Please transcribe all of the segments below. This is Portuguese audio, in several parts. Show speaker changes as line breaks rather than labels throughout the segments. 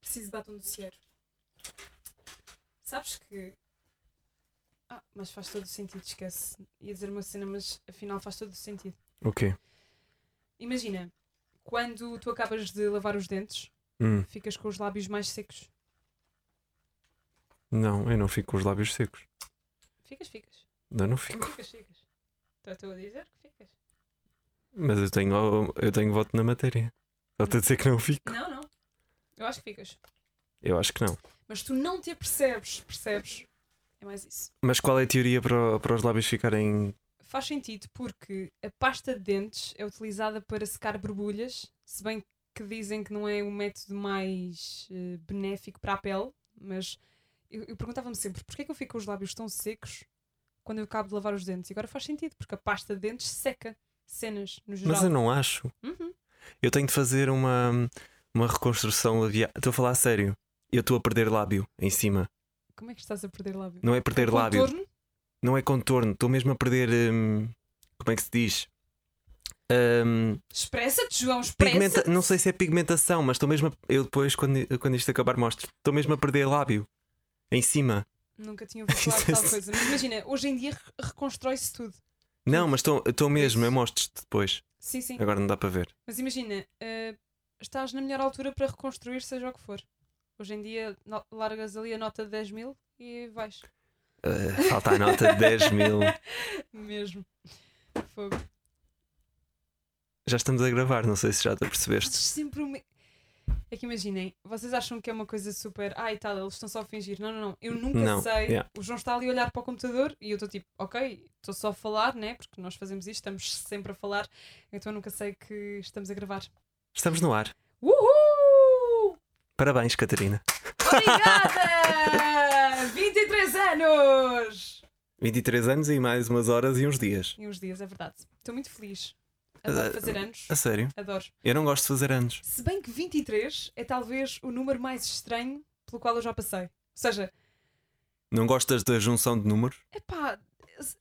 preciso de batom do Cier. Sabes que. Ah, mas faz todo o sentido, esquece. Ia dizer uma cena, mas afinal faz todo o sentido.
O quê?
Imagina, quando tu acabas de lavar os dentes,
Hum,
ficas com os lábios mais secos.
não, eu não fico com os lábios secos.
Ficas, ficas.
Não, não fico.
Ficas, ficas. Então, Estou a dizer que ficas.
Mas eu tenho, eu tenho voto na matéria. Só te a dizer que não fico.
Não, não. Eu acho que ficas.
Eu acho que não.
Mas tu não te apercebes, percebes? É mais isso.
Mas qual é a teoria para, para os lábios ficarem.
Faz sentido porque a pasta de dentes é utilizada para secar borbulhas, se bem que dizem que não é o método mais eh, benéfico para a pele, mas eu, eu perguntava-me sempre porquê é que eu fico com os lábios tão secos quando eu acabo de lavar os dentes. E agora faz sentido, porque a pasta de dentes seca cenas no geral.
Mas eu não acho.
Uhum.
Eu tenho de fazer uma, uma reconstrução labial. Estou a falar a sério. Eu estou a perder lábio em cima.
Como é que estás a perder lábio?
Não é perder lábio.
Contorno?
Não é contorno. Estou mesmo a perder. hum, como é que se diz? Hum,
Expressa-te, João,
pigmenta...
expressa
Não sei se é pigmentação, mas estou mesmo a... Eu depois, quando, quando isto acabar, mostro. Estou mesmo a perder lábio. Em cima.
Nunca tinha ouvido falar
é
de tal coisa. Mas imagina, hoje em dia re- reconstrói-se tudo.
Não, mas estou estou mesmo. Eu mostro-te depois.
Sim, sim.
Agora não dá para ver.
Mas imagina, eh, estás na melhor altura para reconstruir, seja o que for. Hoje em dia, no- largas ali a nota de 10 mil e vais.
Ah, falta a nota de 10 mil.
Mesmo. Fogo.
Já estamos a gravar, não sei se já te
Fazes
percebeste.
sempre o me- É que imaginem, vocês acham que é uma coisa super. Ai, tal, eles estão só a fingir. Não, não, não. Eu nunca
Não,
sei.
yeah.
O João está ali a olhar para o computador e eu estou tipo, ok, estou só a falar, né? Porque nós fazemos isto, estamos sempre a falar. Então eu nunca sei que estamos a gravar.
Estamos no ar.
Uhul!
Parabéns, Catarina.
Obrigada! 23 anos!
23 anos e mais umas horas e uns dias.
E uns dias, é verdade. Estou muito feliz. Adoro fazer anos.
A sério.
Adoro.
Eu não gosto de fazer anos.
Se bem que 23 é talvez o número mais estranho pelo qual eu já passei. Ou seja,
Não gostas da junção de números?
epá,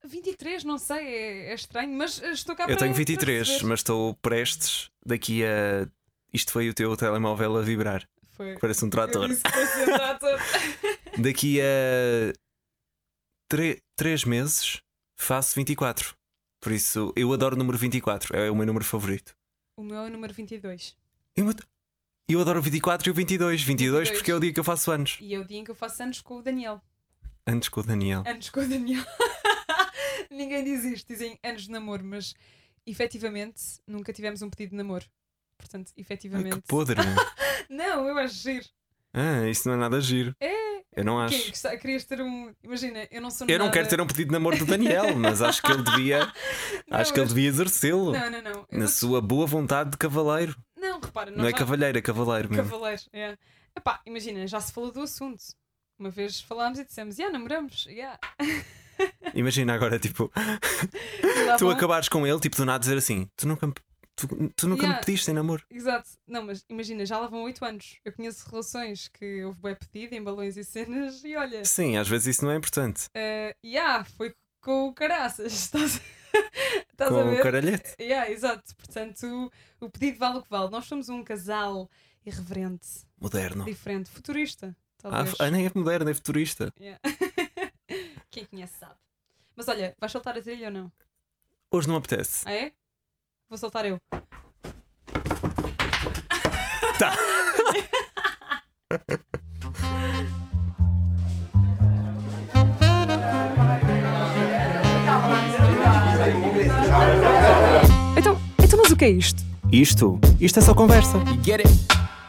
23 não sei, é, é estranho, mas eh, estou cá
Eu
para
tenho
para
23,
perceber.
mas estou prestes daqui a. Isto foi o teu telemóvel a vibrar.
Foi.
Parece um
Eu
trator.
disse que fosse um trator.
Daqui a. 3 meses faço 24. Por isso, eu adoro o número 24. É o meu número favorito.
o meu é o número 22.
Eu, ad- eu adoro o 24 e o 22. 22
22.
porque é o dia que eu faço anos.
E é o dia em que eu faço anos com o Daniel.
Antes com o Daniel.
Anos com o Daniel. Ninguém diz isto, dizem anos de namoro, mas efetivamente nunca tivemos um pedido de namoro. Portanto,
Ah, Que
efetivamente.
podre.
não, eu acho giro.
ah, isso não é nada giro.
É.
Eu não
Quem
acho.
gosta- querias ter um. Imagina, eu não sou
Eu não
nada-
quero ter um pedido de namoro do Daniel, mas acho que ele devia,
Não,
acho que ele
mas-
devia um. exercê-lo.
Não, não, não. Eu
Na
vou-
sua boa vontade de cavaleiro.
Não, repara,
Não é cavalheiro, é cavaleiro mesmo.
cavaleiro. É. Epá, imagina, já se falou do assunto. Uma vez falámos e dissemos, já namoramos, já.
Imagina agora, tipo,
E lá
tu
vão-
acabares com ele, tipo, do nada dizer assim: Tu nunca me, tu, tu nunca
Yeah.
me pediste em namoro.
Exato. Não, mas imagina, já lá vão 8 anos. Eu conheço relações que houve bué pedido em balões e cenas e olha,
Sim, às vezes isso não é importante.
eh, já, foi com o caraças. Estás, estás a
Com
ver?
o caralhete.
Yeah, exato. Portanto, o, o pedido vale o que vale. Nós somos um casal irreverente,
Moderno.
diferente, futurista,
Ah,
talvez.
ah, nem é moderno, é futurista.
Yeah. Quem conhece sabe. Mas olha, vais soltar a trilha ou não?
Hoje não apetece.
Ah, é? Vou soltar eu.
Tá.
Então, então, mas o que é isto?
Isto, isto é só conversa. Get it?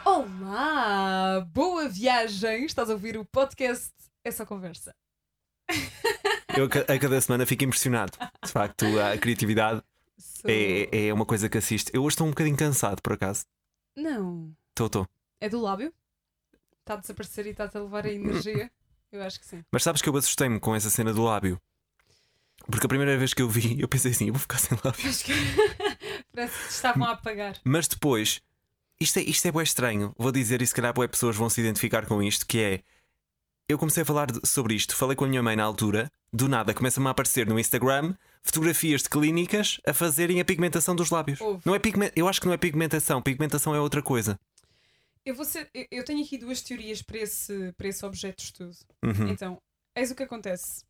Olá! Boa viagem! Estás a ouvir o podcast É Só Conversa.
Eu a ca- a cada semana fico impressionado. De facto, a criatividade
Sou-
é, é uma coisa que assiste. Eu hoje estou um bocadinho cansado, por acaso.
Não.
Estou, estou.
É do lábio? Está a desaparecer e está-te a levar a energia? Eu acho que sim.
Mas sabes que eu assustei-me com essa cena do lábio. Porque a primeira vez que eu vi, eu pensei assim, eu vou ficar sem lábio.
Acho que parece que te estavam a
Hum.
apagar.
Mas depois, isto é, isto é bué estranho. Vou dizer e se calhar bué pessoas vão se identificar com isto, que é... Eu comecei a falar de- sobre isto, falei com a minha mãe na altura, do nada começa-me a aparecer no Instagram fotografias de clínicas a fazerem a pigmentação dos lábios.
Ouve.
Não é pigmen- eu acho que não é pigmentação, pigmentação é outra coisa.
Eu, vou ser- eu- eu tenho aqui duas teorias para esse, para esse objeto de estudo.
Uhum.
Então, eis o que acontece.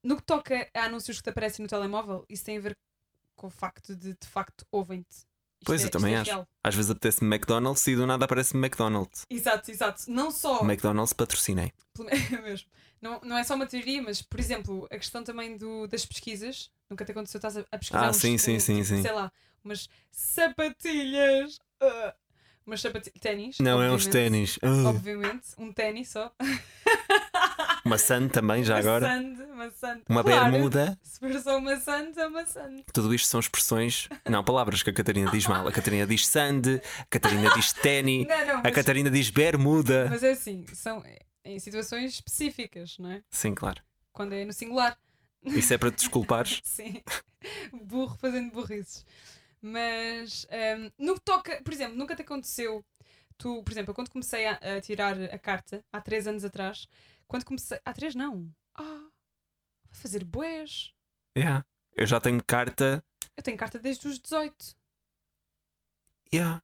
No que toca a anúncios que te aparecem no telemóvel, isso tem a ver com o facto de, de facto, ouvem-te. Isto
Pois,
é-
eu também
isto é
acho.
real.
Às vezes apetece-me McDonald's e do nada aparece-me McDonald's.
Exato, exato. Não só.
McDonald's patrocinei.
pelo menos- mesmo. Não, não é só uma teoria, mas, por exemplo, a questão também do, das pesquisas. Nunca te aconteceu, estás a, a pesquisar.
Ah,
uns-
sim, sim,
um-
sim, sim.
Sei lá, umas sapatilhas. ah, umas sapatilhas. Ténis.
Não, é uns
obviamente.
ténis. Ah,
Obviamente, um ténis só.
Uma maçã também, já
Oh. Uma
agora.
sand, uma sand.
Uma
Claro,
bermuda.
Se for só uma sand, é uma sand.
Tudo isto são expressões. Não, palavras que a Catarina diz mal. A Catarina diz sand, a Catarina diz ténis,
Não, não,
a
mas,
Catarina diz bermuda.
mas é assim, são em situações específicas, não é?
Sim, claro.
Quando é no singular.
Isso é para te desculpares.
Sim. Burro fazendo burrices. Mas hum, no que toca, por exemplo, nunca te aconteceu. Tu, por exemplo, eu quando comecei a, a tirar a carta, há três anos atrás, quando comecei. Há três não. Ah! Vai fazer boés.
Yeah. Eu já tenho carta.
Eu tenho carta desde os 18.
Yeah.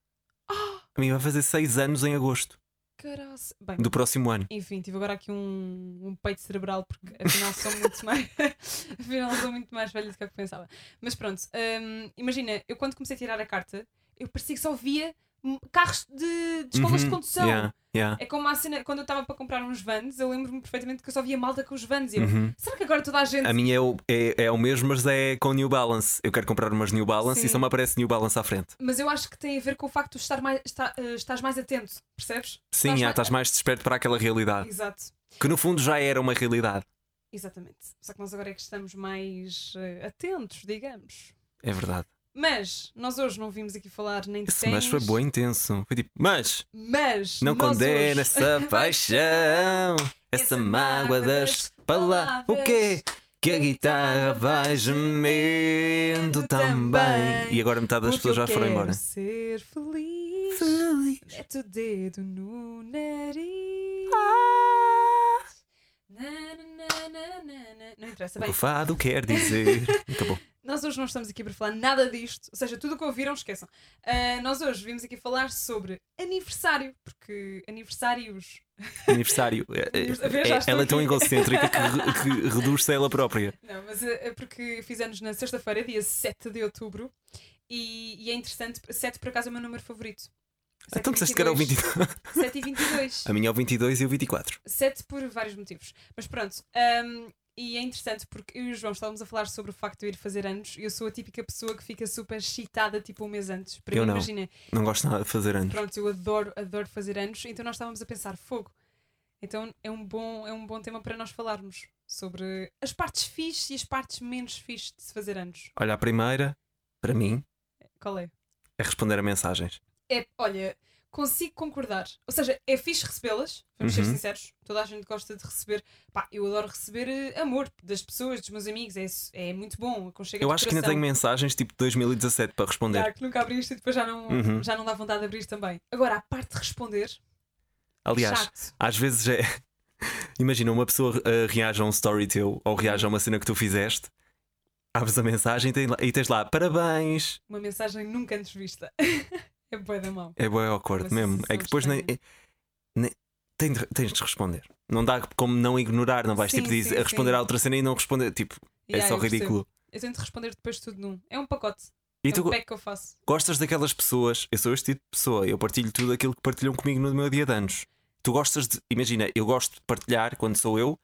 Ah!
A mim vai fazer 6 anos em agosto
Caraca. Bem,
do próximo ano.
enfim, tive agora aqui um, um peito cerebral porque afinal sou muito mais afinal sou muito mais velha do que eu pensava. Mas pronto, hum, imagina, eu quando comecei a tirar a carta, eu parecia que só via hum, carros de, de escolas de
Uhum.
condução.
Yeah, yeah.
É como a cena, quando eu estava para comprar uns vans, eu lembro-me perfeitamente que eu só via malta com os vans. E tipo, eu,
Uhum.
será que agora toda a gente.
A minha é o, é, é o mesmo, mas é com New Balance. Eu quero comprar umas New Balance
Sim.
e só me aparece New Balance à frente.
Mas eu acho que tem a ver com o facto de estar mais, estar, eh, estás mais atento, percebes?
Sim,
Estás
já
mais-
estás mais desperto para aquela realidade.
Exato.
Que no fundo já era uma realidade.
Exatamente. Só que nós agora é que estamos mais eh, atentos, digamos.
É verdade.
Mas nós hoje não vimos aqui falar nem de
Esse
ténis,
mas foi bom intenso. Foi tipo, mas
Mas
não
nós
condena
hoje-
essa paixão,
Essa
essa mágoa
mágoa
das
das
palavras. O quê? Que a guitarra vai gemendo também.
também.
E agora metade das
Porque eu
pessoas já foram
quero
embora.
Ser feliz. Mete o dedo no nariz.
Ah.
Na, na, na, na, na. Não interessa.
O
Bem,
fado quer dizer. Acabou.
nós hoje não estamos aqui para falar nada disto. Ou seja, tudo o que ouviram, esqueçam. Ah, nós hoje vimos aqui falar sobre aniversário. Porque aniversários.
Aniversário. É- é-
A ver, já
é-
estou
ela é tão
aqui.
egocêntrica que, re- que reduz-se a ela própria.
Não, mas é é porque fiz anos na sexta-feira, dia 7 de outubro, e, e é interessante, 7 por acaso é o meu número favorito.
Então disseste que era o 22.
7 e 22.
A minha é o 22 e o 24.
7 por vários motivos. Mas pronto, hum, e é interessante porque eu e o João estávamos a falar sobre o facto de eu ir fazer anos, e eu sou a típica pessoa que fica super excitada tipo um mês antes. Para
Eu
mim,
não.
imagina,
Não gosto nada de fazer anos.
pronto, eu adoro, adoro fazer anos, então nós estávamos a pensar fogo. Então é um bom, é um bom tema para nós falarmos sobre as partes fixe e as partes menos fixe de se fazer anos.
Olha, a primeira, para mim,
Qual é?
é responder a mensagens.
é? Olha, consigo concordar. Ou seja, é fixe recebê-las, vamos ser
Uhum.
sinceros. Toda a gente gosta de receber. Pá, eu adoro receber eh, amor das pessoas, dos meus amigos. É, su- é muito bom, aconchega
Eu acho que ainda tenho mensagens tipo de 2017 para responder.
Claro, que nunca abriste e depois já não,
Uhum.
já não dá vontade de abrir também. Agora, a parte de responder,
Aliás,
chato.
às vezes é. Imagina, uma pessoa uh, reage a um story teu ou reage a uma cena que tu fizeste, abres a mensagem e, tem lá- e tens lá parabéns.
Uma mensagem nunca antes vista. é boa da mão.
É boa awkward
Uma
mesmo. É que depois nem,
sensação
nem- tem de- tens de responder. Não dá como não ignorar, não vais
Sim,
tipo dizer-
sim,
a responder
sim.
à outra cena e não responder. Tipo, é só
eu percebo.
ridículo.
Eu tento responder depois tudo num. É um pacote.
E
é
tu
um pack que eu faço.
gostas daquelas pessoas? Eu sou este tipo de pessoa, eu partilho tudo aquilo que partilham comigo no meu dia de anos. Tu gostas de. Imagina, eu gosto de partilhar quando sou eu,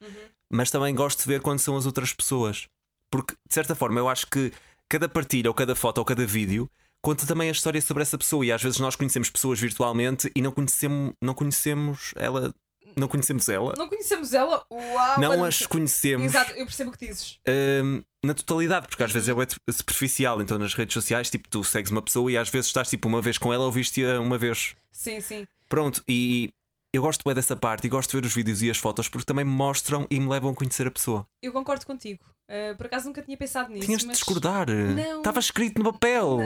mas também gosto de ver quando são as outras pessoas. Porque, de certa forma, eu acho que cada partilha, ou cada foto, ou cada vídeo, conta também a história sobre essa pessoa. E às vezes nós conhecemos pessoas virtualmente e não conhecemos, não conhecemos ela. Não conhecemos ela.
Não conhecemos ela? Uau!
Não
olha,
as conhecemos
Exato, eu percebo o que dizes.
hum, na totalidade, porque às vezes é bué superficial. Então nas redes sociais, tipo, tu segues uma pessoa e às vezes estás tipo uma vez com ela ou viste-a uma vez.
Sim, sim.
Pronto, e eu gosto bem dessa parte e gosto de ver os vídeos e as fotos porque também me mostram e me levam a conhecer a pessoa.
Eu concordo contigo. Uh, por acaso nunca tinha pensado nisso.
Tinhas de
mas
discordar.
Não.
Estava escrito no papel.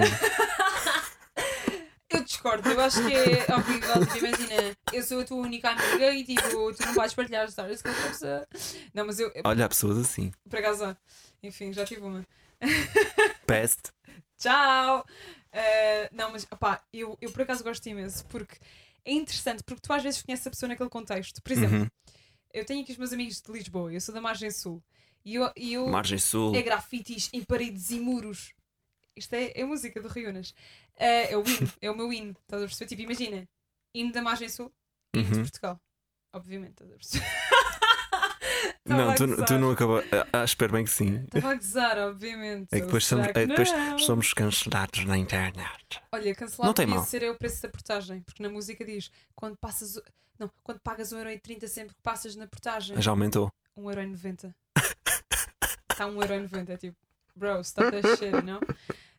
Eu discordo. Eu acho que é horrível. Tipo, Imagina, eu sou a tua única amiga e tipo, tu não vais partilhar histórias com outra pessoa. Não, mas eu, eu-
Olha, há pessoas assim.
por acaso, ó, enfim, já tive uma.
Peste.
Ah, Tchau! Uh, não, mas opá, eu, eu por acaso gosto imenso porque é interessante porque tu às vezes conheces a pessoa naquele contexto. Por exemplo,
Uhum.
eu tenho aqui os meus amigos de Lisboa, eu sou da Margem Sul e eu, e eu
Margem Sul.
é grafitis em paredes e muros. Isto é, é a música do Riunas. Eh, é o hino, é o meu hino, estás a perceber? Tipo, imagina, hino da Margem Sul, hino de
Uhum.
Portugal. Obviamente, estás a perceber? Estava
Não,
a
tu,
gozar.
tu não acabou. Ah, ah, espero bem que sim.
Estava a gozar, obviamente.
É que depois,
Será
somos,
que
é, depois
não?
somos cancelados na internet.
Olha, cancelar
Não tem
devia
mal.
ser é o preço da portagem, porque na música diz quando passas. o- Não, quando pagas 1,30€ sempre que passas na portagem,
Já aumentou.
1,90€. Está 1,90€, é tipo, bro, stop that shit, não?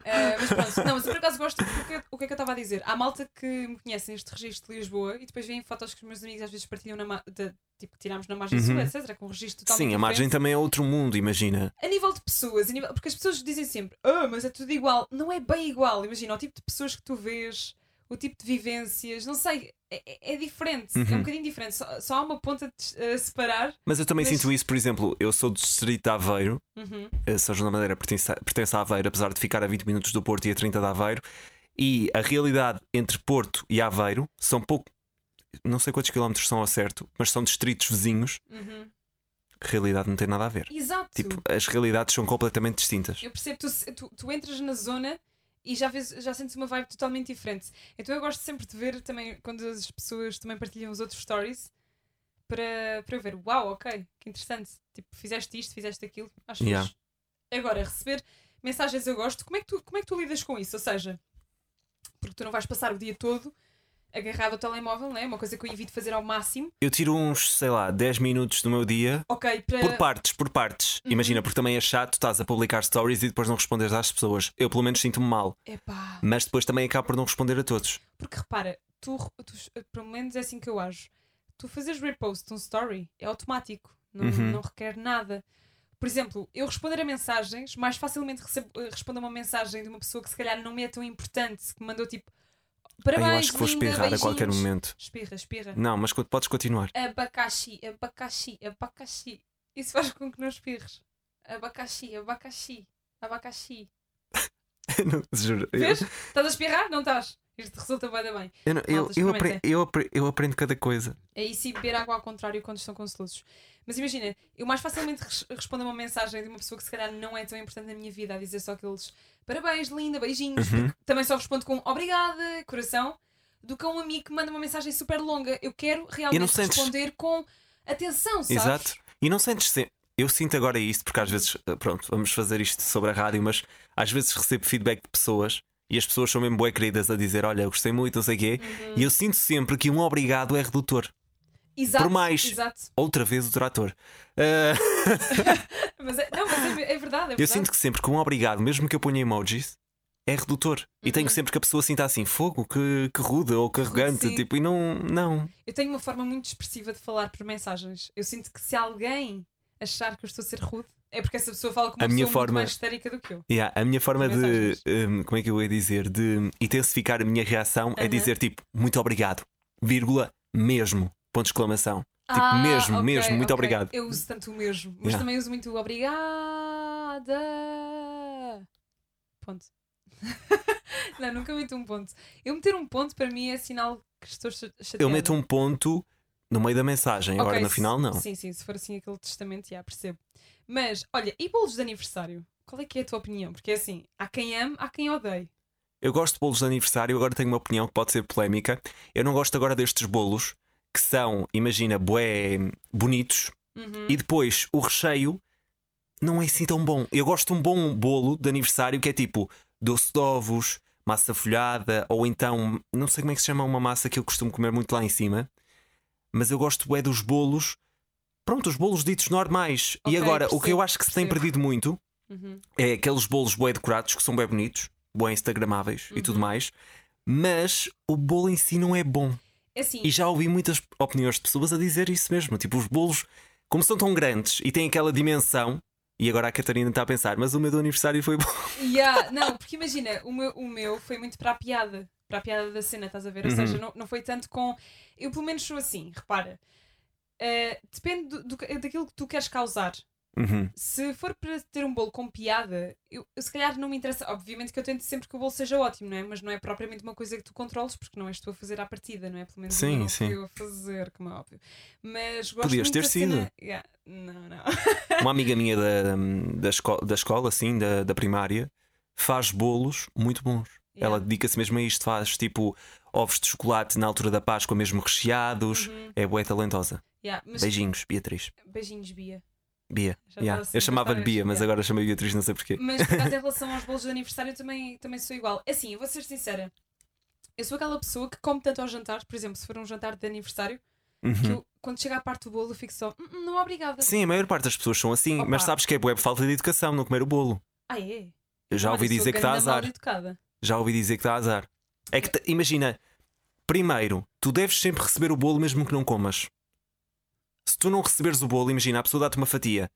Eh, mas pronto, não, mas eu por acaso gosto porque o que é que eu estava a dizer? Há malta que me conhece neste registro de Lisboa e depois veem fotos que os meus amigos às vezes partilham na ma- da- tipo, que tirámos na margem sul,
Uhum.
etc., com um registro totalmente
Sim, a margem
diferente.
também é outro mundo, imagina.
A nível de pessoas, a nível- porque as pessoas dizem sempre, ah, mas é tudo igual. Não é bem igual, imagina, o tipo de pessoas que tu vês, o tipo de vivências, não sei, é- é, é diferente, é
Uhum.
um bocadinho diferente. Só, só há uma ponta de- a separar.
Mas eu também
Mas-
sinto isso, por exemplo, eu sou do distrito de Aveiro,
Uhum.
eh, São João da Madeira pertence a, pertence a Aveiro, apesar de ficar a 20 minutos do Porto e a 30 de Aveiro, e a realidade entre Porto e Aveiro são pouco. Não sei quantos quilómetros são ao certo, mas são distritos vizinhos.
uhum.
A realidade não tem nada a ver.
Exato.
Tipo, as realidades são completamente distintas.
Eu percebo, tu, se- tu, tu entras na zona e já, vês, já sentes uma vibe totalmente diferente. Então eu gosto sempre de ver também quando as pessoas também partilham os outros stories para, para eu ver, uau, ok, que interessante. Tipo, fizeste isto, fizeste aquilo, acho que
Yeah.
Agora, receber mensagens eu gosto, como é, que tu, como é que tu lidas com isso? Ou seja, porque tu não vais passar o dia todo agarrado ao telemóvel, não é? Uma coisa que eu evito fazer ao máximo.
Eu tiro uns, sei lá, 10 minutos do meu dia
Ok, para.
Por partes, por partes.
Uhum.
Imagina, porque também é chato, estás a publicar stories e depois não respondes às pessoas. Eu pelo menos sinto-me mal,
Epá.
mas depois também acabo por não responder a todos.
Porque repara, tu, tu- pelo menos é assim que eu ajo. Tu fazes repost de um story é automático, não,
Uhum.
não requer nada. Por exemplo, eu responder a mensagens, mais facilmente recebo, eh, respondo a uma mensagem de uma pessoa que se calhar não me é tão importante, que me mandou tipo
Ai,
parabéns,
eu acho que vou
linda,
espirrar a qualquer
beijinhos."
momento.
Espirra, espirra.
Não, mas co- podes continuar.
Abacaxi, abacaxi, abacaxi. Isso faz com que não espirres. Abacaxi, abacaxi, abacaxi.
Não, Juro. Eu,
Vês? Estás a espirrar? Não estás? Isto resulta bué da bem.
eu, não- eu,
Malta,
eu,
experimenta.
apre- eu apre- eu aprendo cada coisa.
É isso e beber água ao contrário quando estão com soluços. Mas imagina, eu mais facilmente res- respondo a uma mensagem de uma pessoa que se calhar não é tão importante na minha vida a dizer só aqueles parabéns, linda, beijinhos.
Uhum.
Também só respondo com obrigada, coração, do que a um amigo que manda uma mensagem super longa. Eu quero realmente
sentes-
responder com atenção, sabes?
Exato. E não sentes sempre. Eu sinto agora isto, porque às vezes, eh, pronto, vamos fazer isto sobre a rádio, mas às vezes recebo feedback de pessoas e as pessoas são mesmo bué queridas a dizer: Olha, eu gostei muito, não sei o quê.
Uhum.
E eu sinto sempre que um obrigado é redutor.
Exato,
Por mais.
Exato.
Outra vez o trator. Ah,
Mas é, não, mas é, é verdade, é verdade.
Eu sinto que sempre que um obrigado, mesmo que eu ponha emojis, é redutor. E
Uhum.
tenho sempre que a pessoa sinta assim, fogo, que, que rude ou que arrogante.
sim.
Tipo, e não. não.
Eu tenho uma forma muito expressiva de falar por mensagens. Eu sinto que se alguém achar que eu estou a ser rude, é porque essa pessoa fala com uma
A minha
pessoa muito
forma-
mais histérica do que eu.
Yeah, a minha forma de.
Mensagens.
hum, como é que eu ia dizer? De intensificar a minha reação é
Aham.
dizer tipo, muito obrigado, vírgula, mesmo, ponto de exclamação. Tipo, mesmo,
ok,
mesmo, muito
Ah, ok.
obrigado.
Eu uso tanto o mesmo, mas
Yeah.
também uso muito o obrigada. Ponto. não, nunca meto um ponto. Eu meter um ponto para mim é sinal que estou cha- chateada.
Eu meto um ponto no meio da mensagem, agora
Ok,
no
se-
final não.
Sim, sim, se for assim aquele testamento, já percebo. Mas, olha, e bolos de aniversário? Qual é que é a tua opinião? Porque é assim, há quem ame, há quem odeie.
Eu gosto de bolos de aniversário, agora tenho uma opinião que pode ser polémica. Eu não gosto agora destes bolos que são, imagina, bué bonitos
Uhum.
e depois o recheio não é assim tão bom. Eu gosto de um bom bolo de aniversário que é tipo doce de ovos, massa folhada ou então, não sei como é que se chama uma massa que eu costumo comer muito lá em cima, mas eu gosto é dos bolos, pronto, os bolos ditos normais. e
Ok,
agora, o que eu
percebo,
acho que se tem
percebo.
perdido muito
Uhum.
é aqueles bolos bué decorados que são bem bonitos, bué instagramáveis e
Uhum.
tudo mais, mas o bolo em si não é bom.
É assim,
E já ouvi muitas opiniões de pessoas a dizer isso mesmo, tipo os bolos, como são tão grandes e têm aquela dimensão, e agora a Catarina está a pensar, mas o meu do aniversário foi bom.
Yeah, não, porque imagina, o meu, o meu foi muito para a piada, para a piada da cena, estás a ver? Ou
Uhum.
seja, não, não foi tanto com. Eu pelo menos sou assim, repara. Eh, depende do, do que- daquilo que tu queres causar.
Uhum.
Se for para ter um bolo com piada, eu, eu se calhar não me interessa. Obviamente que eu tento sempre que o bolo seja ótimo, não é? Mas não é propriamente uma coisa que tu controles, porque não és tu a fazer à partida, não é? Pelo menos
Sim,
não
sim.
fui eu a fazer, como é óbvio. Mas gosto
Podias
muito
ter
da
sido.
cena- Yeah, Não, não.
Uma amiga minha da, da, esco- da escola, assim, da, da primária, faz bolos muito bons. Ela
Yeah.
dedica-se mesmo a isto, faz tipo ovos de chocolate na altura da Páscoa, mesmo recheados.
Uhum.
É bué talentosa.
Yeah, mas
Beijinhos, Beatriz.
beijinhos, Bia.
Bia.
Já
Yeah.
estava a
Eu chamava-lhe
sentar-
Bia, mas
Yeah.
agora chamei Beatriz, não sei porquê.
Mas por acaso, em relação aos bolos de aniversário, eu também, também sou igual. Assim, eu vou ser sincera. Eu sou aquela pessoa que come tanto ao jantar, por exemplo, se for um jantar de aniversário, que
Uhum.
eu, quando chega à parte do bolo, eu fico só, "Hum, hum, não obrigada.
Sim, a maior parte das pessoas são assim,
Opa.
mas sabes que é bué por falta de educação, não comer o bolo.
Ah, é?
Eu já
Olha,
ouvi
sou
dizer que dá
grande mal
azar.
educada.
Já ouvi dizer que dá azar. É que, te- imagina, primeiro, tu deves sempre receber o bolo mesmo que não comas. Se tu não receberes o bolo, imagina, a pessoa dá-te uma fatia.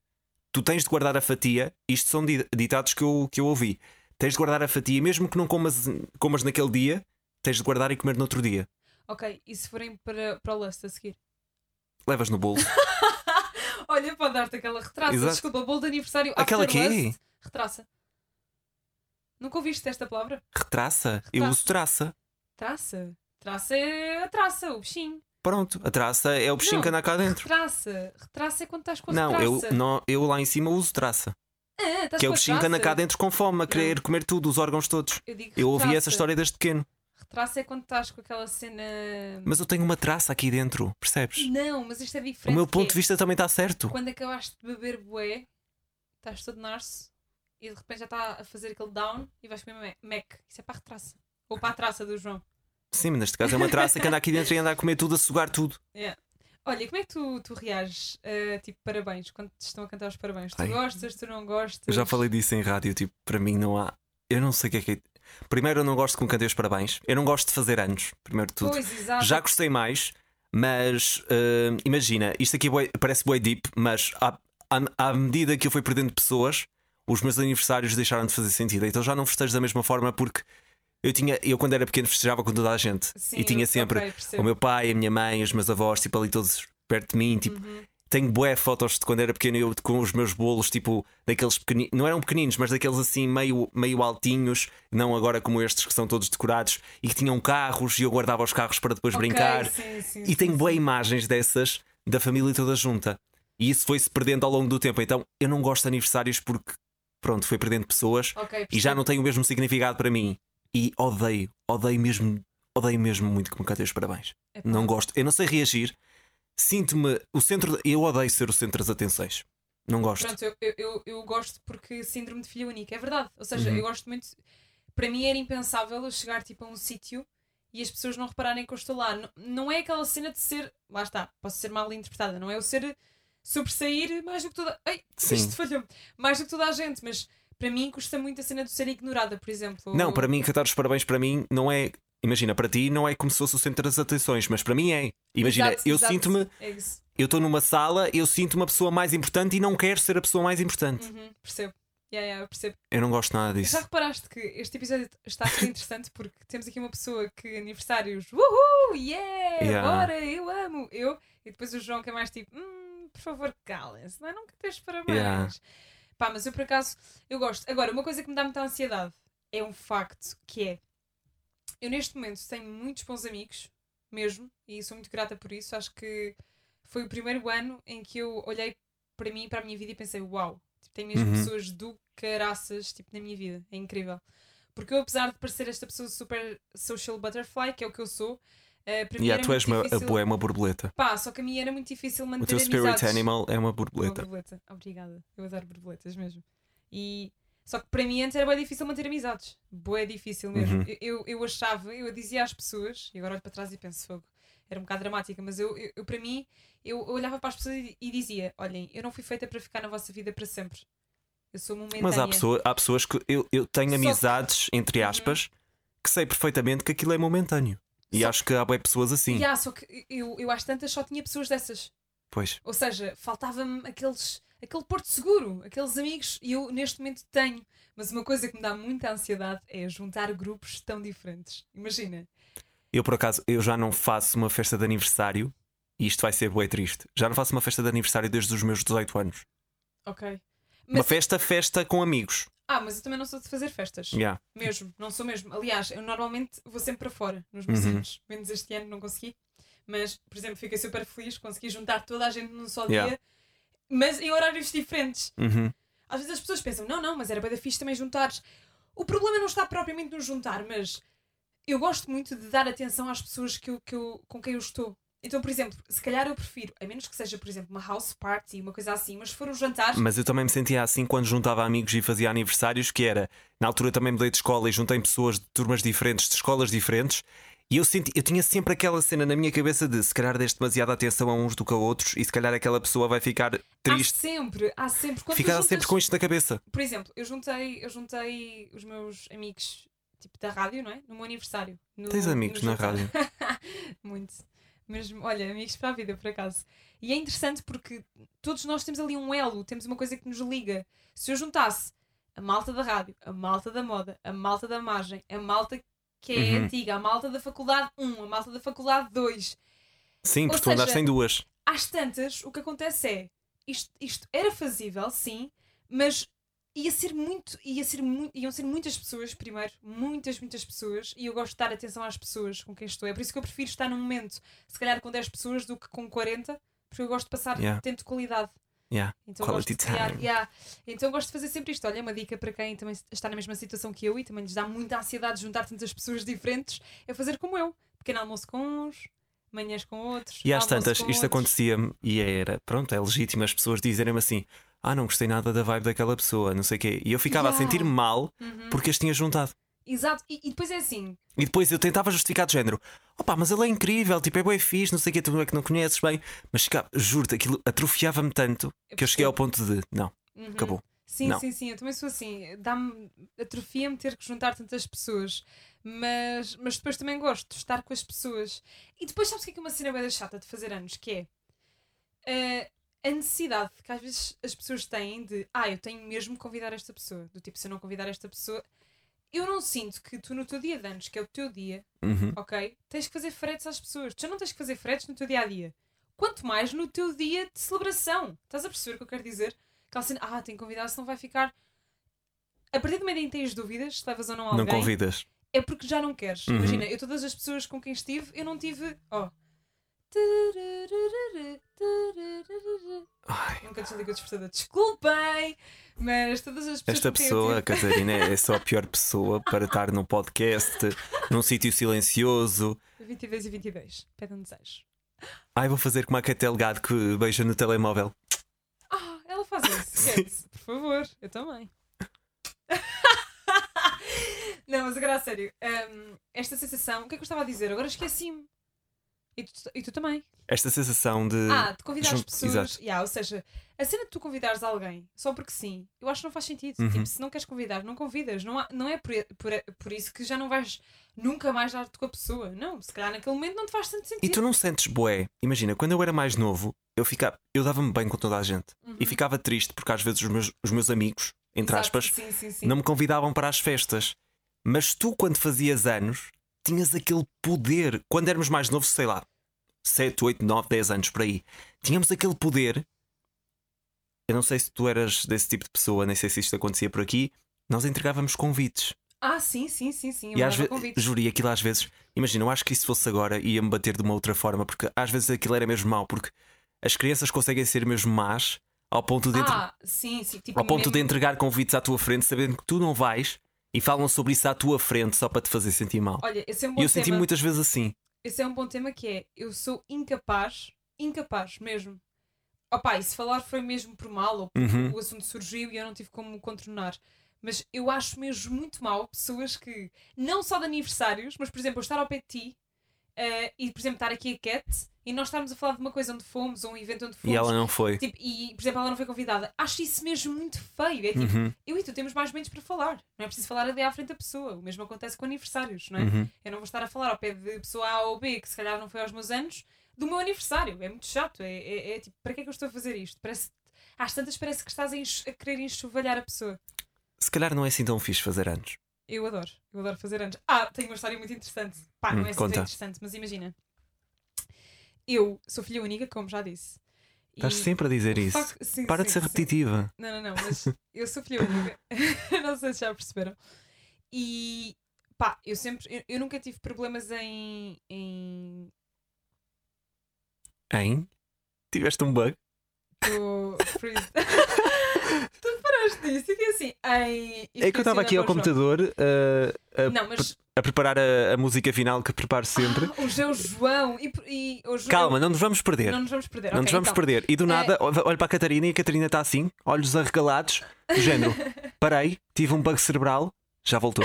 Tu tens de guardar a fatia. Isto são di- ditados que eu, que eu ouvi. Tens de guardar a fatia, mesmo que não comas, comas naquele dia, tens de guardar e comer no outro dia.
Ok, e se forem para, para o Lust a seguir?
Levas no bolo.
Olha, pode dar-te aquela retraça.
Exato.
Desculpa, bolo de aniversário.
Aquela é?
after
quê?
Lust, Retraça. Nunca ouviste esta palavra?
Retraça. Eu
Retraça.
uso traça.
Traça. Traça é a traça, o bichinho.
Pronto, a traça é o bichinho
Não.
que anda cá dentro.
Retraça. Retraça é quando estás com a
Não eu,
retraça.
não, eu lá em cima uso traça.
Ah, estás
Que é o
com a
bichinho que anda cá
traça.
dentro com fome, a querer comer tudo, os órgãos todos.
Eu, digo
Eu ouvi
retraça.
essa história desde pequeno.
Retraça é quando estás com aquela cena.
Mas eu tenho uma traça aqui dentro, percebes?
Não, mas isto é
O
diferente.
meu
que
ponto
é
de vista também está certo.
Quando acabaste de beber bué, estás todo narso e de repente já está a fazer aquele down e vais comer ma- Mac. Isso é para a retraça. Ou para a traça do João.
Sim, mas neste caso é uma traça que anda aqui dentro e anda a comer tudo, a sugar tudo.
Olha, como é que tu, tu reages a tipo parabéns quando te estão a cantar os parabéns? Tu
Ai.
gostas, tu não
Eu
gostas?
já falei disso em rádio, tipo, para mim não há. Eu não sei o que é que é. Primeiro, eu não gosto que me cantem os parabéns. Eu não gosto de fazer anos, primeiro de tudo.
Pois, exato.
Já gostei mais, mas eh, imagina, isto aqui é bué- parece boi deep, mas à, à, à medida que eu fui perdendo pessoas, os meus aniversários deixaram de fazer sentido. Então já não festejo da mesma forma porque eu tinha, eu quando era pequeno festejava com toda a gente
Sim,
e tinha
eu-
sempre
ok,
o
percebo.
meu pai, a minha mãe, os meus avós, tipo ali todos perto de mim, tipo,
Uhum.
tenho bué fotos de quando era pequeno eu com os meus bolos, tipo, daqueles pequeninos, não eram pequeninos, mas daqueles assim meio, meio altinhos, não agora como estes que são todos decorados e que tinham carros e eu guardava os carros para depois
Ok,
brincar.
sim, sim,
E
sim,
tenho
sim.
boas imagens dessas da família toda junta. E isso foi-se perdendo ao longo do tempo. Então eu não gosto de aniversários porque, pronto, foi perdendo pessoas
Ok,
e já não tem o mesmo significado para mim. E odeio, odeio mesmo, odeio mesmo muito que me cantem os parabéns.
percebo.
Não
Epá.
gosto. Eu não sei reagir. Sinto-me o centro. Eu odeio ser o centro das atenções. Não gosto.
Pronto, eu, eu, eu, eu gosto porque síndrome de filha única, é verdade. Ou seja,
Uhum.
eu gosto muito. Para mim era impensável eu chegar tipo a um sítio e as pessoas não repararem que eu estou lá. N- não é aquela cena de ser. Lá está, posso ser mal interpretada. Não é eu ser. sobressair mais do que toda. Ai,
Sim.
isto falhou. Mais do que toda a gente, mas para mim custa muito a cena de ser ignorada, por exemplo.
Não, para mim, cantar os parabéns para mim não é. Imagina, para ti não é como se fosse o centro das atenções, mas para mim é. Imagina,
Exato,
eu
exato.
sinto-me.
É isso.
Eu estou numa sala, eu sinto-me a pessoa mais importante e não quero ser a pessoa mais importante.
Uhum, percebo. Yeah, yeah, eu percebo.
Eu não gosto nada disso.
Já reparaste que este episódio está a ser interessante porque temos aqui uma pessoa que é aniversários, uhul, yeah,
Yeah.
bora, eu amo, eu, e depois o João que é mais tipo, hum, por favor, calem-se, não é? Nunca tens parabéns.
Yeah.
Pá, mas eu por acaso, eu gosto. Agora, uma coisa que me dá muita ansiedade é um facto que é, eu neste momento tenho muitos bons amigos, mesmo, e sou muito grata por isso, acho que foi o primeiro ano em que eu olhei para mim, e para a minha vida e pensei, uau, tipo, tenho mesmo
Uhum.
pessoas do caraças tipo, na minha vida, é incrível. Porque eu, apesar de parecer esta pessoa super social butterfly, que é o que eu sou, eh, para mim
E
era
tu és
muito
uma, a
difícil...
boa é uma borboleta.
Pá, só que a mim era muito difícil manter
O teu
amizades.
spirit animal é uma
Uma
borboleta.
borboleta. Obrigada. Eu adoro borboletas mesmo. E... Só que para mim antes era bem difícil manter amizades. Boé difícil mesmo.
Uhum.
Eu- Eu, eu achava, eu dizia às pessoas, e agora olho para trás e penso fogo. Era um bocado dramática, mas eu, eu, eu, para mim, eu, eu olhava para as pessoas e, e dizia: Olhem, eu não fui feita para ficar na vossa vida para sempre. Eu sou momentânea.
Mas há, pessoa, há pessoas que eu, eu tenho
Só que- Uhum.
amizades, entre aspas, que sei perfeitamente que aquilo é momentâneo. E
Só-
acho que há boé pessoas assim.
E há, só que eu, eu às tantas só tinha pessoas dessas.
Pois.
Ou seja, faltava-me aqueles, aquele porto seguro, aqueles amigos, e eu neste momento tenho. Mas uma coisa que me dá muita ansiedade é juntar grupos tão diferentes. Imagina.
Eu por acaso, eu já não faço uma festa de aniversário. E isto vai ser bué triste. Já não faço uma festa de aniversário desde os meus 18 anos.
Ok.
Uma
Mas-
festa, festa com amigos.
Ah, mas eu também não sou de fazer festas.
Yeah.
Mesmo, não sou mesmo. Aliás, eu normalmente vou sempre para fora nos
Uhum.
museus. Menos este ano não consegui. Mas, por exemplo, fiquei super feliz, consegui juntar toda a gente num só dia.
Yeah.
Mas em horários diferentes.
Uhum.
Às vezes as pessoas pensam, não, não, mas era bem da fixe também juntares. O problema não está propriamente no juntar, mas eu gosto muito de dar atenção às pessoas que eu, que eu- com quem eu estou. Então, por exemplo, se calhar eu prefiro, a menos que seja, por exemplo, uma house party, uma coisa assim, mas se for um jantar,
Mas eu também me sentia assim quando juntava amigos e fazia aniversários, que era, na altura também mudei de escola e juntei pessoas de turmas diferentes, de escolas diferentes, e eu senti, eu tinha sempre aquela cena na minha cabeça de se calhar deste demasiada atenção a uns do que a outros e se calhar aquela pessoa vai ficar triste.
há sempre, há sempre. Ah, Quando tu
Ficava
juntas-
sempre com isto na cabeça.
Por exemplo, eu juntei, eu juntei os meus amigos tipo da rádio, não é? No meu aniversário. No-
Tens amigos
no
na
jantar.
rádio.
Muito. Mesmo, olha, amigos para a vida, por acaso. E é interessante porque todos nós temos ali um elo, temos uma coisa que nos liga. Se eu juntasse a malta da rádio, a malta da moda, a malta da margem, a malta que é
Uhum.
antiga, a malta da faculdade 1, a malta da faculdade 2,
Sim, porque tu
seja-
andaste em duas.
às tantas, o que acontece é isto, isto era fazível, sim, mas ia ser muito, ia ser muito, iam ser muitas pessoas primeiro, muitas, muitas pessoas, e eu gosto de dar atenção às pessoas com quem estou. É por isso que eu prefiro estar num momento, se calhar com 10 pessoas do que com 40, porque eu gosto de passar
Yeah.
tempo de qualidade.
Yeah.
Então
Quality
gosto de criar-
time.
yeah. Então gosto de fazer sempre isto. Olha, é uma dica para quem também está na mesma situação que eu e também lhes dá muita ansiedade juntar tantas pessoas diferentes, é fazer como eu. Pequeno almoço com uns, manhãs com outros.
E às
almoço
tantas,
com
isto
outros.
acontecia-me e era, pronto, é legítimo as pessoas dizerem-me assim: ah, não gostei nada da vibe daquela pessoa, não sei o quê. E eu ficava a
Yeah.
sentir mal
Uhum.
porque as tinha juntado.
Exato, e, e depois é assim,
E depois eu tentava justificar do género: opá, mas ele é incrível, tipo, é bem fixe, não sei o quê, tu é que não conheces bem. Mas fica- juro-te, aquilo atrofiava-me tanto que eu cheguei ao ponto de: não,
Uhum.
acabou.
Sim,
Não.
sim, sim, eu também sou assim, dá-me atrofia-me ter que juntar tantas pessoas, mas, mas depois também gosto de estar com as pessoas. E depois sabes o que é que é uma cena bem chata de fazer anos, que é eh, a necessidade que às vezes as pessoas têm de ah, eu tenho mesmo que convidar esta pessoa, do tipo, se eu não convidar esta pessoa, eu não sinto que tu no teu dia de anos, que é o teu dia,
Uhum.
ok? Tens que fazer fretes às pessoas. Tu já não tens que fazer fretes no teu dia a dia. Quanto mais no teu dia de celebração. Estás a perceber o que eu quero dizer? Aquela cena, ah, tenho que convidar, senão vai ficar. A partir do momento em que tens dúvidas, se levas ou não alguém,
não convidas.
é porque já não queres.
Uhum.
Imagina, eu todas as pessoas com quem estive, eu não tive. Ó.
Ai,
Nunca desliguei o despertador. Desculpem! Mas todas as pessoas.
esta
com quem eu
pessoa, a Catarina, é só a pior pessoa para estar num podcast, num sítio silencioso.
tive- 22 e 22. Pede um desejo.
Ai, vou fazer como a Catel Gado que beija no telemóvel.
Ah, ela faz isso. Esquece. Por favor, eu também. não, mas agora a sério. hum, esta sensação, o que é que eu estava a dizer? Agora esqueci-me. E tu, e tu também.
Esta sensação de.
Ah, de convidar as
junto-
pessoas.
exato.
Yeah, ou seja, a cena de tu convidares alguém só porque sim, eu acho que não faz sentido.
Uhum.
Tipo, se não queres convidar, não convidas. Não, há- não é por, por, por isso que já não vais nunca mais dar-te com a pessoa. Não, se calhar naquele momento não te faz tanto
E
sentido.
tu não sentes boé? Imagina, quando eu era mais novo, eu ficava, eu dava-me bem com toda a gente
Uhum.
e ficava triste porque às vezes os meus, os meus amigos, entre
Exato,
aspas,
Sim, sim, sim.
não me convidavam para as festas. Mas tu, quando fazias anos, tinhas aquele poder. Quando éramos mais novos, sei lá, 7, 8, 9, 10 anos por aí, tínhamos aquele poder. Eu não sei se tu eras desse tipo de pessoa, nem sei se isto acontecia por aqui. Nós entregávamos convites.
Ah, sim, sim, sim, sim. Eu
E às
mandava
vezes,
convites.
juro, e aquilo às vezes, imagina, eu acho que isso fosse agora ia-me bater de uma outra forma, porque às vezes aquilo era mesmo mau, porque as crianças conseguem ser mesmo más ao ponto de, entre-
Ah, sim, sim. Tipo,
ao ponto de
mesmo-
entregar convites à tua frente, sabendo que tu não vais, e falam sobre isso à tua frente só para te fazer sentir mal.
Olha, esse é um bom
E eu
tema.
senti muitas vezes assim.
Esse é um bom tema que é eu sou incapaz, incapaz mesmo. Opá, e se falar foi mesmo por mal, ou porque
Uhum.
o assunto surgiu e eu não tive como o contornar. Mas eu acho mesmo muito mal pessoas que, não só de aniversários, mas por exemplo, eu estar ao pé de ti eh, e, por exemplo, estar aqui a Cat e nós estarmos a falar de uma coisa onde fomos ou um evento onde fomos.
E ela não foi.
Tipo, e, por exemplo, ela não foi convidada. Acho isso mesmo muito feio. É tipo,
Uhum,
eu e tu temos mais momentos para falar. Não é preciso falar ali à frente da pessoa. O mesmo acontece com aniversários, não é?
uhum.
Eu não vou estar a falar ao pé de pessoa A ou B, que se calhar não foi aos meus anos, do meu aniversário. É muito chato. É, é- é tipo, para que é que eu estou a fazer isto? Parece, às tantas parece que estás a, enx- a querer enxovalhar a pessoa.
Se calhar não é assim tão fixe fazer anos.
Eu adoro, eu adoro fazer anos. Ah, tenho uma história muito interessante. Pá, não
Hum,
é assim tão
conta.
interessante, mas imagina. Eu sou filha única, como já disse.
Estás sempre a dizer isso.
Sim,
Para de
sim,
ser
sim.
repetitiva.
Não, não, não, mas eu sou filha única. não sei se já perceberam. E pá, eu sempre. Eu, eu nunca tive problemas em. em.
Hein? Tiveste um bug?
tô- freeze- tu paraste disso, fiquei assim. Em,
É que eu estava aqui ao computador uh, a,
Não, mas.
a preparar a, a música final que preparo sempre.
Ah, hoje é o João. E, por- e hoje é o-
Calma, não nos vamos perder.
Não
Não,
nos vamos perder.
nos
ok,
vamos
então.
perder. E do nada, olho olho para a Catarina e a Catarina está assim, olhos arregalados, do género. Parei, tive um bug cerebral, já voltou.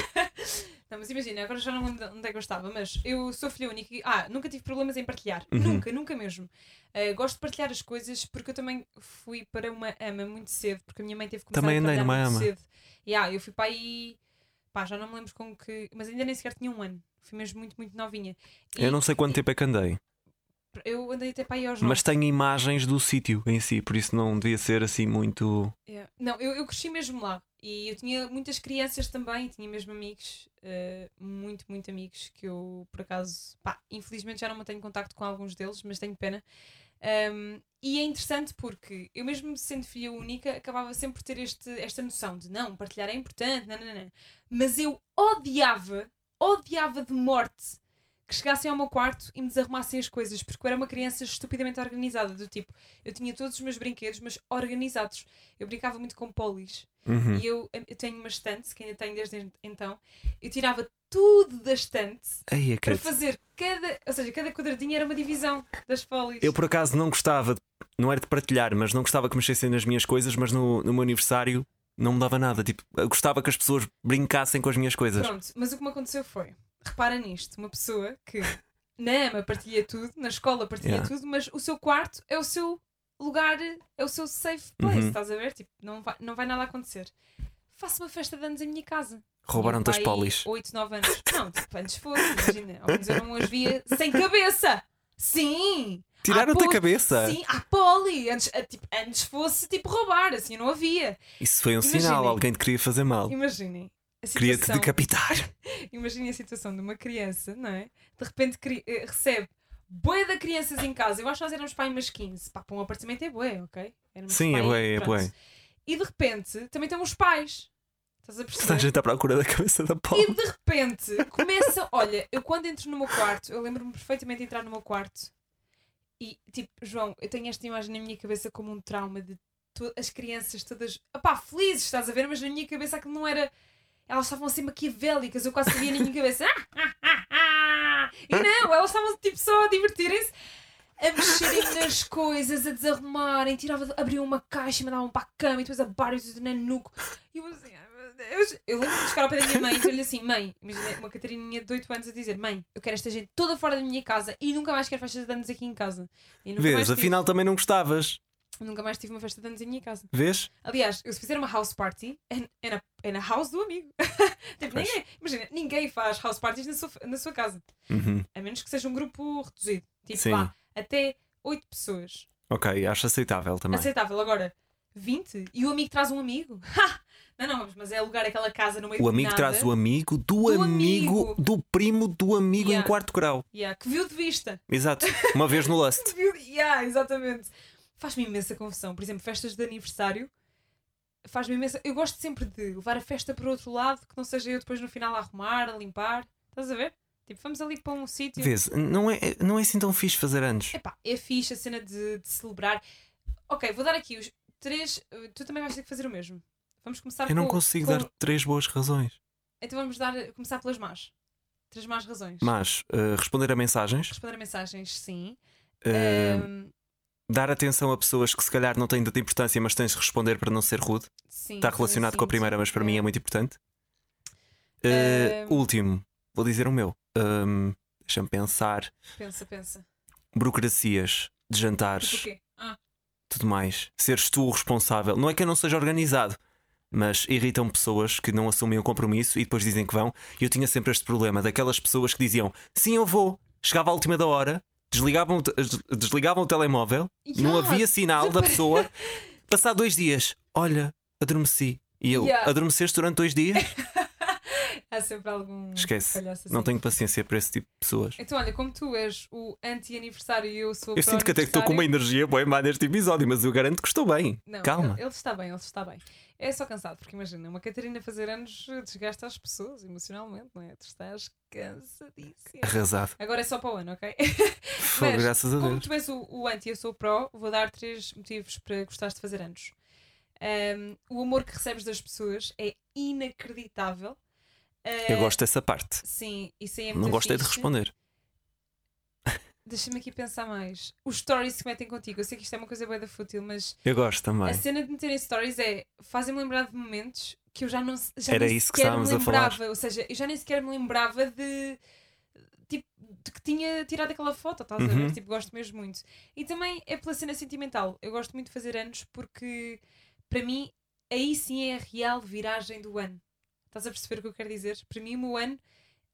Não, mas imagina, agora já não lembro de onde é que eu estava, mas eu sou filha única e ah, nunca tive problemas em partilhar.
Uhum.
Nunca, nunca mesmo. Ah, gosto de partilhar as coisas porque eu também fui para uma ama muito cedo, porque a minha mãe teve que começar
Também
a
andei
trabalhar
numa
muito
ama.
cedo. E ah, eu fui para aí, pá, já não me lembro com que. Mas ainda nem sequer tinha um ano. Fui mesmo muito, muito novinha. E
Eu não sei quanto tempo é que andei,
eu andei até para aí aos
mas
nove.
tenho imagens do sítio em si, por isso não devia ser assim muito.
É. Não, eu, eu cresci mesmo lá. E eu tinha muitas crianças também, tinha mesmo amigos, eh, muito, muito amigos, que eu por acaso, pá, infelizmente já não mantenho contacto com alguns deles, mas tenho pena. Ahm, e é interessante porque eu mesmo sendo filha única, acabava sempre por ter este, esta noção de não, partilhar é importante, nananã. Mas eu odiava, odiava de morte que chegassem ao meu quarto e me desarrumassem as coisas, porque eu era uma criança estupidamente organizada, do tipo, eu tinha todos os meus brinquedos, mas organizados. Eu brincava muito com polis
Uhum.
e eu, eu tenho uma estante que ainda tenho desde en- então. Eu tirava tudo da estante
Ai, a
para
Cat.
fazer cada, ou seja, cada quadradinho era uma divisão das polis.
Eu por acaso não gostava, de- não era de partilhar, mas não gostava que mexessem nas minhas coisas, mas no, no meu aniversário não me dava nada. Tipo, eu gostava que as pessoas brincassem com as minhas coisas.
Pronto, mas o que me aconteceu foi, repara nisto, uma pessoa que na ama partilha tudo, na escola partilha
Yeah.
tudo, mas o seu quarto é o seu lugar, é o seu safe place,
Uhum.
estás a ver? Tipo, não vai, não vai nada acontecer. Faço uma festa de anos em minha casa.
Roubaram-te as
Pai,
polis.
oito, nove anos. Não, tipo, antes fosse, imagina. Ao menos eu não as via sem cabeça. Sim!
Tiraram-te a
poli-
cabeça.
Ah, Sim, à poli. Antes, a- tipo, antes fosse tipo roubar, assim não havia.
Isso foi um
Imaginem.
sinal, alguém te queria fazer mal.
Imaginem. a
Queria-te
situação-
decapitar.
Imaginem a situação de uma criança, não é? De repente cri- eh, recebe boé de crianças em casa. Eu acho que nós éramos pai umas 15. Pá, para um apartamento é boé, ok? Éramos
Sim, é
pai,
bué, é
pronto.
bué.
E de repente também tem os pais. Estás a perceber?
Está a gente à procura da cabeça da
E
Paula.
de repente começa. Olha, eu quando entro no meu quarto, eu lembro-me perfeitamente de entrar no meu quarto e tipo, João, eu tenho esta imagem na minha cabeça como um trauma de to- as crianças todas. Opá, felizes, estás a ver? Mas na minha cabeça aquilo não era. Elas estavam assim maquiavélicas, eu quase sabia na minha cabeça. "Ah, ah, ah, ah." E não, elas estavam tipo só a divertirem-se. A mexerem nas coisas, a desarrumarem, tirava, abriam uma caixa e mandavam para a cama e depois abaixo na nuca. E eu assim, ai meu Deus. Eu lembro-me de chegar ao pé da minha mãe e dizer-lhe assim: Mãe, imagina uma Catarininha de 8 anos a dizer: Mãe, eu quero esta gente toda fora da minha casa e nunca mais quero festas de anos aqui em casa. E nunca, mais
Vês,
tive,
afinal também não gostavas.
nunca mais tive uma festa de anos em minha casa.
Vês?
Aliás, eu se fizer uma house party, é, é na, é na house do amigo. tipo,
Pois.
ninguém, imagina, ninguém faz house parties na sua, na sua casa.
Uhum.
A menos que seja um grupo reduzido. Tipo,
Sim.
vá, até 8 pessoas.
Ok, acho aceitável também.
Aceitável. Agora, 20? E o amigo traz um amigo? Ha! Não, não, mas é alugar aquela casa no meio
O
do
amigo
nada.
traz o amigo do,
Do
amigo,
amigo.
do primo do amigo
Yeah.
em quarto grau.
Yeah, que viu de vista.
Exato. Uma vez no Lust.
Que viu de- Yeah, exatamente. Faz-me imensa confusão. Por exemplo, festas de aniversário. Faz-me imensa. Eu gosto sempre de levar a festa para outro lado, que não seja eu depois no final a arrumar, a limpar. Estás a ver? Tipo, vamos ali para um sítio.
Vês, não é, não é assim tão fixe fazer anos.
Epá, é fixe a cena de, de celebrar. Ok, vou dar aqui os três. eh, Tu também vais ter que fazer o mesmo. Vamos começar
Eu não
com-
consigo
com-
dar três boas razões.
Então vamos dar, começar pelas más. Três más razões.
Mas eh, responder a mensagens,
Responder a mensagens, sim.
eh,
Ahm,
dar atenção a pessoas que se calhar não têm tanta importância, mas tens de responder para não ser rude.
sim,
Está
sim,
Tá relacionado
sim,
com a primeira,
sim.
mas para mim é muito importante. Eh,
Um,
Último, vou dizer o meu. Um, Deixa-me pensar.
Pensa, pensa.
Burocracias de
Tipo o
jantares,
quê? Ah,
tudo mais. Seres tu o responsável. Não é que eu não seja organizado, mas irritam pessoas que não assumem o compromisso e depois dizem que vão. E eu tinha sempre este problema daquelas pessoas que diziam sim, eu vou. Chegava à última da hora, desligavam, o te- des- desligavam o telemóvel, não
Yeah,
havia sinal da
repara-
pessoa. Passar dois dias, olha, adormeci. E eu,
Yeah.
adormeceste durante dois dias?
Há sempre algum.
Esquece.
palhaço
Não
assim.
tenho paciência para esse tipo de pessoas.
Então, olha, como tu és o anti-aniversário e eu sou
Eu sinto que até que estou com uma energia boa má neste episódio, mas eu garanto que estou bem.
Não,
Calma.
Ele, ele está bem, ele está bem. É só cansado, porque imagina, uma Catarina fazer anos eh, desgasta as pessoas emocionalmente, não é? Tu estás cansadíssima.
Arrasado.
Agora é só para o ano, ok?
Foi
Mas,
graças a
Como
Deus.
tu és o, o anti e eu sou o pró, vou dar três motivos para gostares de fazer anos. Ahm, o amor que recebes das pessoas é inacreditável. Ah,
Eu gosto dessa parte.
Sim, isso aí é
Não
muito
gostei de
fixe.
responder.
Deixa-me aqui pensar mais. Os stories que metem contigo. Eu sei que isto é uma coisa bué da fútil, mas
Eu gosto
a
também.
cena de meterem stories é fazem-me lembrar de momentos que eu já não se- já
Era
nem
isso que
sequer
estávamos
me
a falar.
lembrava. Ou seja, eu já nem sequer me lembrava de tipo de que tinha tirado aquela foto, estás a
Uhum.
ver? Tipo, gosto mesmo muito. E também é pela cena sentimental. Eu gosto muito de fazer anos porque para mim aí sim é a real viragem do ano. Estás a perceber o que eu quero dizer? Para mim, o meu ano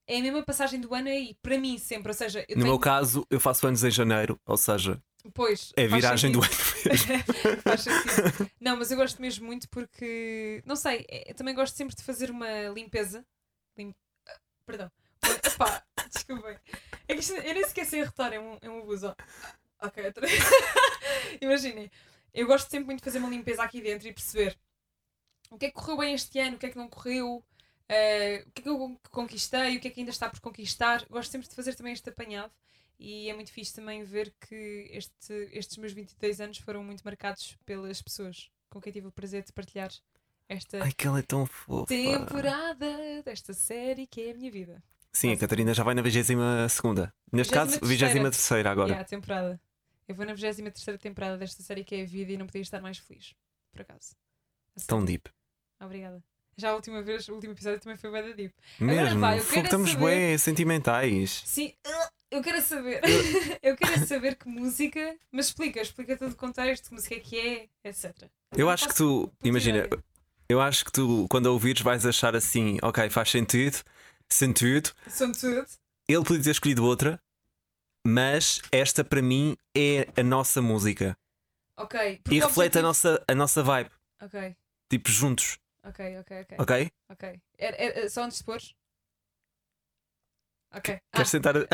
é a mesma passagem do ano aí, para mim sempre. Ou seja, eu
No
tenho
meu caso, eu faço anos em janeiro, ou seja,
Pois.
é a
faz
viragem do
sentido.
ano mesmo.
Faz sentido. Não, mas eu gosto mesmo muito porque, não sei, é- eu também gosto sempre de fazer uma limpeza. Lim... ah, Perdão. Uma- Epá, desculpem. É que isto, eu nem sequer sei retar, é um, é um abuso. ó. Ok, outra vez. Imaginem, eu gosto sempre muito de fazer uma limpeza aqui dentro e perceber o que é que correu bem este ano, o que é que não correu, eh, o que é que eu con- conquistei, o que é que ainda está por conquistar. Gosto sempre de fazer também este apanhado e é muito fixe também ver que este, estes meus 22 anos foram muito marcados pelas pessoas com quem tive o prazer de partilhar esta
Ai, que ela é tão fofa.
temporada desta série que é a minha vida.
Sim, a Catarina já vai na 22 segunda. Neste caso,
23ª.
23 terceira agora.
É a temporada. Eu vou na 23 temporada desta série que é a vida e não podia estar mais feliz, por acaso. Assim,
Tão deep.
Obrigada. Já a última vez, o último episódio também foi bem da deep.
Mesmo,
vai, eu
fogo,
quero é
estamos
saber-
bué sentimentais.
Sim, eu quero é saber. eu quero é saber que música. Mas explica, explica todo o contexto, que música é que é, etc.
Eu
não
acho que
faço
tu,
puta
imagina,
ideia.
eu acho que tu, quando a ouvires, vais achar assim, ok, faz sentido, sentido.
São tudo.
Ele podia ter escolhido outra, mas esta para mim é a nossa música
Ok.
e
porque o
reflete a
objetivo-
nossa, a nossa vibe,
Ok,
tipo juntos,
ok, ok, ok.
ok?
ok. Era- era- só antes de pôr. Ok. Ah,
Queres sentar? a-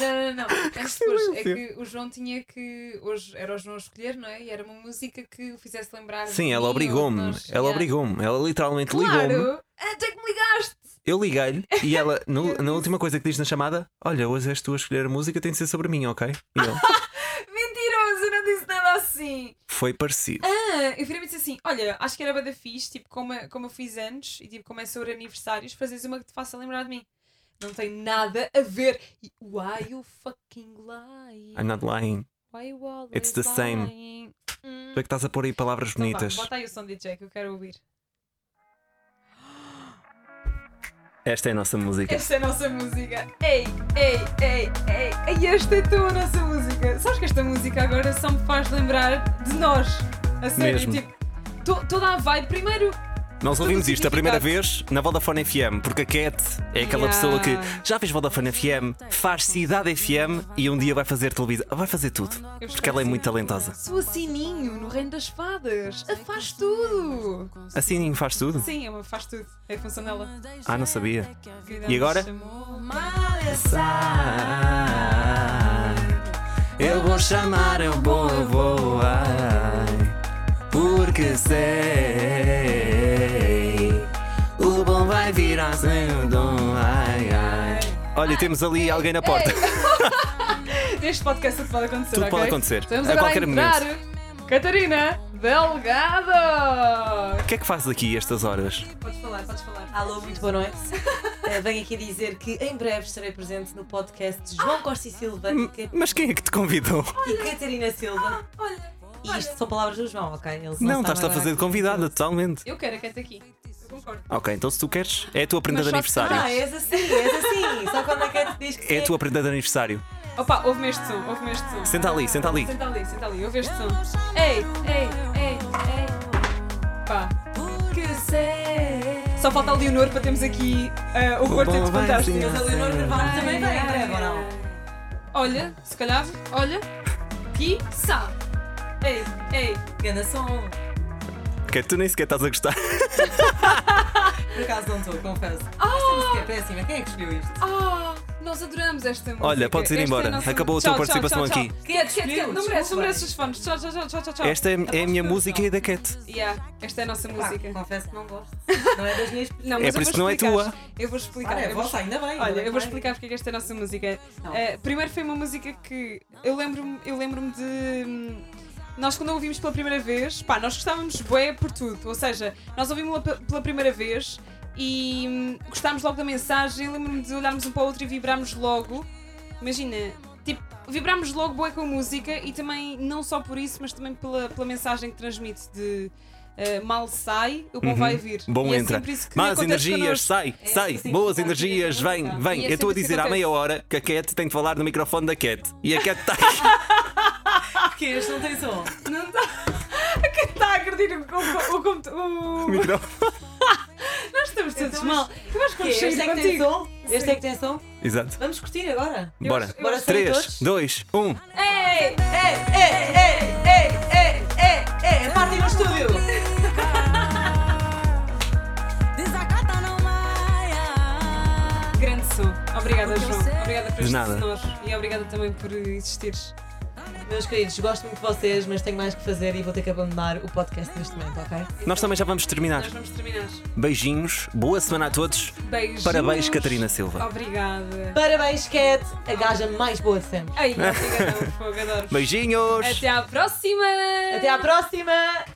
Não, não, não. Antes de pôr, é
silêncio.
que o João tinha que. Hoje era o João a escolher, não é? E era uma música que o fizesse lembrar. de
Sim,
mim ou
ela
de
obrigou-me,
nós.
ela
Yeah.
obrigou-me, ela literalmente ligou-me.
Claro! Ah, tu é que me ligaste!
Eu liguei-lhe e ela, no-
Eu
na
disse-
última coisa que diz na chamada, olha, hoje és tu a escolher a música, tem de ser sobre mim, ok? E eu,
Mentiroso, eu não disse nada assim!
foi parecido.
Ah, eu virei-me e disse assim: olha, acho que era bada fixe, tipo, como, como eu fiz anos e tipo, como é sobre aniversários, fazeres uma que te faça lembrar de mim. Não tem nada a ver. E, why you fucking lie?
I'm not lying.
Why you always
It's the same.
lying? Hum.
Tu é que estás a pôr aí palavras
Então vá,
bonitas.
bota aí o som DJ que eu quero ouvir.
Esta é a nossa música.
Esta é a nossa música. Ei, ei, ei, ei. E esta é tua nossa música. Sabes que esta música agora só me faz lembrar de nós. A sério,
Mesmo.
tipo, to- toda a vibe. Primeiro,
Nós
Todo
ouvimos isto a
significado.
primeira vez na Vodafone FM, porque a Cat é aquela
Yeah.
pessoa que já fez Vodafone FM, faz Cidade FM e um dia vai fazer televisão. Vai fazer tudo.
eu
Porque ela é muito talentosa.
sou a Sininho no Reino das Fadas. A faz tudo.
A Sininho Assim faz tudo.
Sim, é uma faz tudo. É a função dela.
Ah, não sabia.
Que
E agora?
me chamou.
Eu vou chamar, eu vou, eu vou, porque sei. O bom vai virar sem o dom, Olha, temos ali alguém na porta.
Neste podcast tudo pode acontecer.
Tudo pode
ok?
acontecer,
Estamos
a
agora
qualquer
entrar. Catarina Delgado!
O que é que fazes aqui estas horas?
Podes falar, podes falar.
Alô, muito boa noite. Eh, venho aqui dizer que em breve estarei presente no podcast de João Costa e Silva e, Ca-
Mas quem é que te convidou?
e Catarina
Ah,
Silva.
Olha,
E isto são palavras do João, ok? Eles
Não,
sabem
estás a
agora
fazer de convidada, totalmente.
eu quero a Cat aqui. Eu concordo.
Ok, então se tu queres, é a tua prenda
Mas
de
só se
Ah,
aniversário.
és assim, és assim. Só quando é que te diz que
É a
sim.
tua prenda de aniversário.
Opa, ouve-me este som, ouve-me este som.
Senta ali, senta ali.
Senta ali, senta ali, ouve este som. Ei, ei, ei, ei. Pá. Que sei. Só falta a Leonor para termos aqui ah, o quarteto
bom vai
fantástico.
ser.
Mas a Leonor Carvalho também vem em breve, ou não?
Olha, se calhar, olha. Que sa. Ei, ei.
Ganda som.
Porque tu nem sequer estás a gostar.
Por acaso não estou, confesso. Esta música é péssima. Quem é que escolheu isto?
Ah, nós adoramos esta música.
Olha, podes ir
Esta é
embora.
a nossa-
Acabou a tua
Tchau, tchau,
participação
tchau, tchau.
é
aqui.
Quieto, quieto, quieto. é Não mereces, não
Desculpa.
mereces os fones. Tchau, tchau, tchau, tchau, tchau, tchau.
Esta é, é a minha música e da Cat.
Yeah, esta é a nossa
Pá,
música.
confesso que não gosto. Não é das minhas.
Não,
É
mas eu
por
vou
isso que não é
explicar.
tua.
Eu vou explicar.
Claro, é
eu vou
vossa, ainda bem. ainda
Olha,
bem,
eu vou
claro.
explicar porque é que esta é a nossa música.
Não.
Eh, primeiro foi uma música que eu lembro-me eu lembro de. hum, Nós quando a ouvimos pela primeira vez, pá, nós gostávamos bué por tudo. Ou seja, nós ouvimos-la pe- pela primeira vez e hum, gostámos logo da mensagem. Eu Lembro-me de olharmos um para o outro e vibrarmos logo. Imagina, tipo, vibrarmos logo bué com a música e também não só por isso, mas também pela, pela mensagem que transmite de eh, mal sai, o bom
Uhum.
vai vir.
Bom
e é
entra.
sempre isso que
Más
acontece
energias,
connosco.
sai,
É,
sai.
sim,
Boas
sim,
energias,
sim,
vem,
sim.
E
vem.
é
Eu estou a
sempre
dizer
assim
à
que
meia hora que a Cat tem de falar no microfone da Cat. E a Cat está aqui.
Porque este não tem som.
Não está. Quem está a agredir o, com- o, com- o,
no microfone.
Nós estamos todos
Então, mas-
mal. Eu acho que vamos
Este
sair
é que tem
contigo.
som? Este é que tem som?
Exato.
Vamos curtir agora.
Eu
Bora. um.
acho- eu
Bora
acho-
sair
3,
todos?
2, 1.
Ei!
Ei, ei, ei, ei, ei, ei, ei, party no É estúdio!
Desacata não maia.
Grande som. Obrigada,
Porque eu
João.
sei.
Obrigada por
De
este
nada.
sonoro. E obrigada também por existires.
Meus queridos, gosto muito de vocês, mas tenho mais que fazer e vou ter que abandonar o podcast neste momento, ok?
Nós também já vamos terminar.
Nós vamos terminar.
Beijinhos, boa semana a todos.
Beijos.
Parabéns, Catarina Silva.
Obrigada.
Parabéns, Cat, a gaja mais boa de sempre.
Ei, obrigada, fogo, adoro.
Beijinhos!
Até à próxima!
Até à próxima!